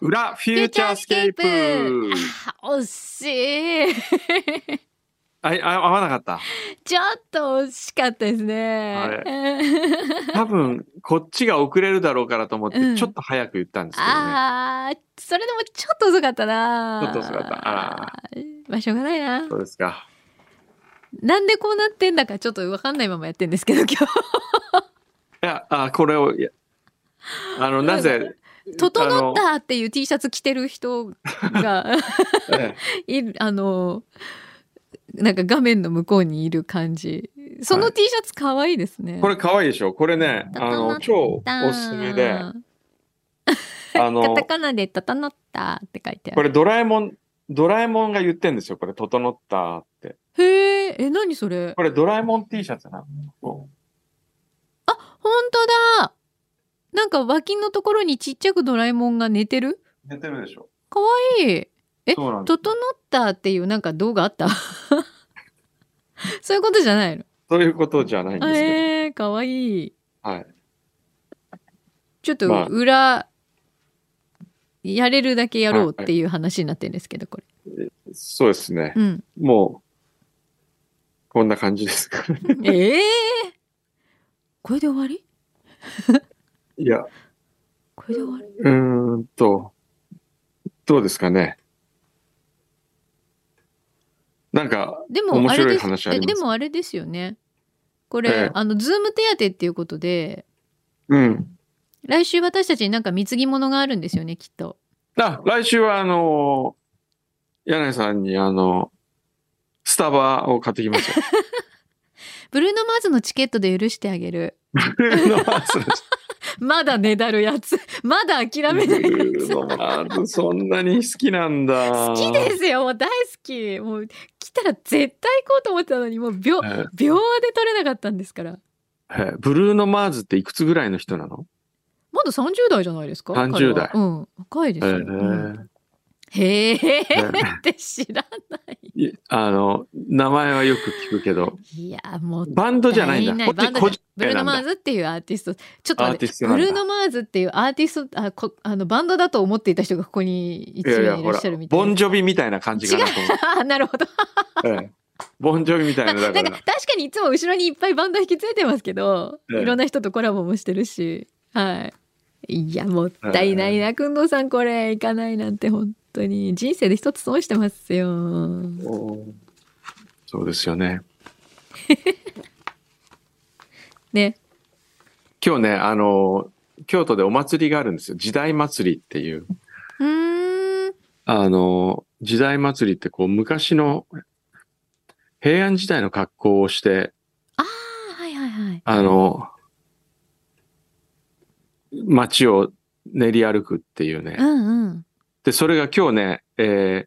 裏フューチャースケープあ惜しい あいあ合わなかったちょっと惜しかったですねあ多分こっちが遅れるだろうからと思ってうんちょっと早く言ったんですけどね、あーそれでもちょっと遅かったなちょっと遅かったあまあしょうがないなそうですかなんでこうなってんだかちょっとわかんないままやってんですけど今日いやあこれをいやあのなぜ「整った!」っていう T シャツ着てる人 があのえいるあのなんか画面の向こうにいる感じそはのい T シャツかわいいですね、えこれ可愛いでしょこれねあ整のった超おすすめであカのタカナで「整った」って書いてあこるれドラえもんドラえもんが言ってんですよこれ整ったってへええ何それこれドラえもん T シャツなの本当だなんか脇のところにちっちゃくドラえもんが寝てる出てるでしょかわいいえそうなんです整ったっていうなんか動画あった そういうことじゃないのそういうことじゃないんですけえー、かわいいど、はいちょっまあと裏、やれるだけやろうっていう話になってるんですけどこれそうですねうんもうこんな感じですか ねええー、これで終わりいやこれで終わりうーんとどうですかねなんかでも面あれ白いです話ありえますでもあれですよねこれ、ええあのズーム手当っていうことでうん来週私たちになんか貢ぎ物があるんですよねきっとあ来週はあの柳井さんにあのスタバを買ってきましたブルーノ・マーズのチケットで許してあげるブルーノマーズのまだねだるやつまだ諦めないやブルつーノマーズそんなに好きなんだ好きですよもう大好きもう来たら絶対行こうと思ってたのにもう秒え秒で取れなかったんですからえブルーノ・マーズっていくつぐらいの人なのまだ30代じゃないですか30彼は代うん若いですよ、うんへえって知らないいあの名前はよく聞くけどいやもうバンドじゃないんないだこっバちンド個人ブルーノ・マーズズっていうアーティストちょっとア待ーってティストブなんだルーノ・マーズっていうアーティストあこあのバンドだと思っていた人がここに一いやいや名いほらっらしゃるみたいボなンジョビみたいな感じかなと あーなるほど思う、ええボンジョビみたいまあななだんかか確らかにいつも後ろにいっぱいバンド引き連れてますけど、ええいろんな人とコラボもしてるし、はい。いやもったいないな、くんどうさんこれ行かないなんて本当に人生で一つ損してますよ。そうですよねね、今日ねあの京都でお祭りがあるんですよ時代祭りっていううーん、あの、時代祭りってこう昔の平安時代の格好をして、あはいはいはい。あの、街を練り歩くっていううね。んうん。で、それが今日ね、えー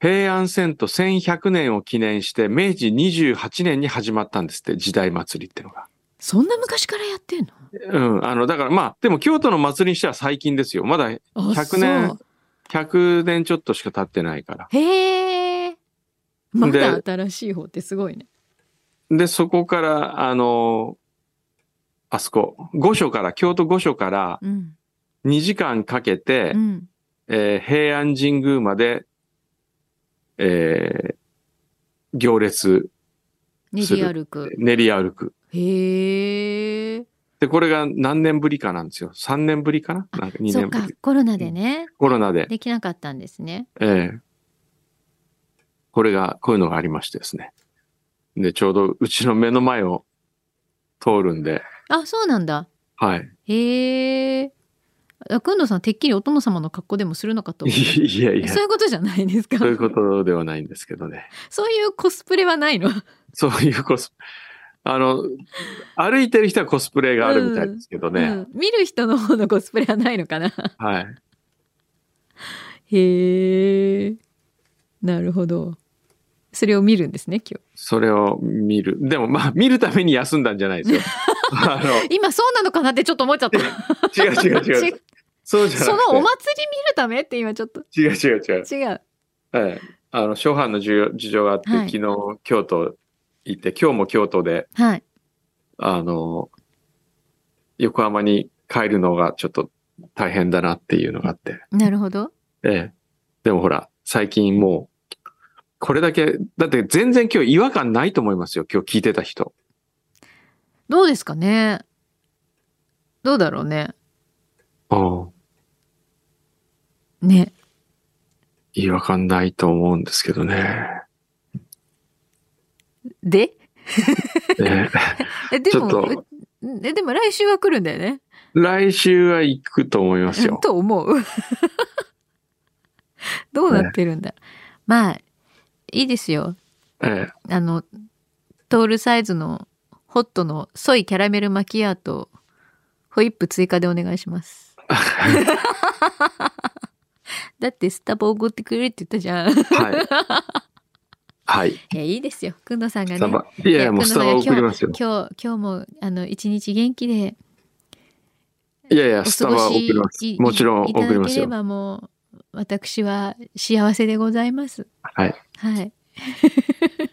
平安遷都1100年を記念して明治28年に始まったんですって、時代祭りってのが。そんな昔からやってんの？うん、あの、だからまあ、でも京都の祭りにしては最近ですよ。まだあ100。そう年100年ちょっとしか経ってないから。へえ。まだで新しい方ってすごいね。で、そこから、あの、あそこ、御所から、京都御所からうん2時間かけて、うん。えー平安神宮まで、えー行列、練り歩く。練り歩く。へえ。で、これが何年ぶりかなんですよ。3年ぶりかななんか2そ年っぶかり。コロナでね、コロナで、できなかったんですね。えーこれが、こういうのがありましてですね。で、ちょうどうちの目の前を通るんで、あ、 そうなんだ。はい。へえ。あ、くんどさん、てっきりお殿様の格好でもするのかと思っいやいた。やそう、いうことじゃないですか。そういうことではないんですけどね。そういうコスプレはないの。そういうコスあの、歩いてる人はコスプレがあるみたいですけどね。うん見る人の方のコスプレはないのかな。はい。へえ。なるほど。それを見るんですね、今それを見る。でもまあ、見るために休んだんじゃな いですよ。あ日。今そうなのかなってちょっと思っちゃった。の、違う違う違う。そうじゃなくて。そのお祭り見るためって今ちょっと違う違う違う。違う。はい。あの、初版の事情事情があって、はい昨日、京都行って、今日も京都で、はい。あの、横浜に帰るのがちょっと大変だなっていうのがあって。なるほど。ええ。でもほら、最近もう、これだけ、だって全然今日違和感ないと思いますよ。今日聞いてた人。どうですかねどうだろうね。うん。ね。違和感ないと思うんですけどね。で ねえ、でもちょっと、うえ、でも来週は来るんだよね。来週は行くと思いますよ。と思 う。どうなってるんだ。まあ、いいですよ。ええ。あの、トールサイズのホットのソイキャラメルマキアート、ホイップ追加でお願いします。 だってスタバおごってくれるって言ったじゃん。い はい。はい。や、いいですよ。くんどさんがスタね。バ。いやいや、もうスタバ送りますよ。今日、今日も、あの、一日元気でいやいや、おス過ごタバ送しります。いもちろんいた送りだますけれよ。ばもう、私は幸せでございます。はい。はい。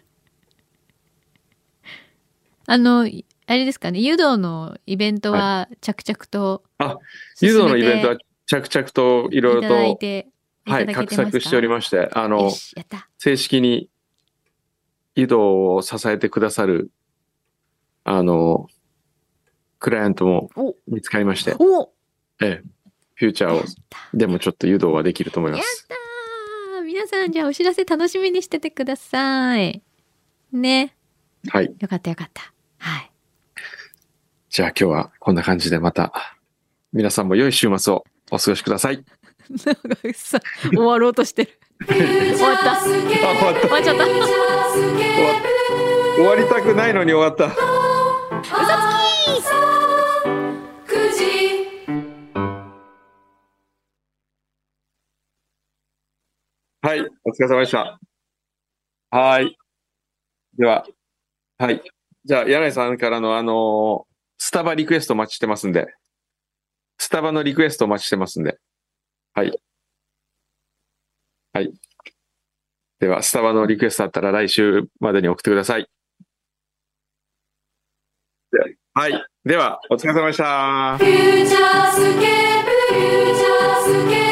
あの、いあれですかね、湯道のイベントは着々とあ進ゆめずて、のイベントは着々といろいいただろいと、て、はい、ただけてま画すか策しておりまして、あのよ、しやった。正式に移動を支えてくださる、あの、クライアントもお見つかりまして、おええ、フューチャーやをっ、でもちょっと誘導はできると思いたやまっす。たー皆さん、じゃあお知らせ楽しみにしててください。ね。はい。よかったよかった。はい。じゃあ今日はこんな感じでまた、皆さんも良い週末をお過ごしください。 なんかさ、終わろうとしてる。終わった。終あ、終わった。わっちゃった。嘘終わりたくないのに終わった。つきーはい、お疲れ様でした。はーい。では、はい。じゃあ、柳井さんからの、あのースタバリクエストお待ちしてますんで、スタバのリクエストお待ちしてますんで、はい。はい。では、スタバのリクエストあったら来週までに送ってください。ではい。では、お疲れ様でした。フューチャースケープフューチャースケープ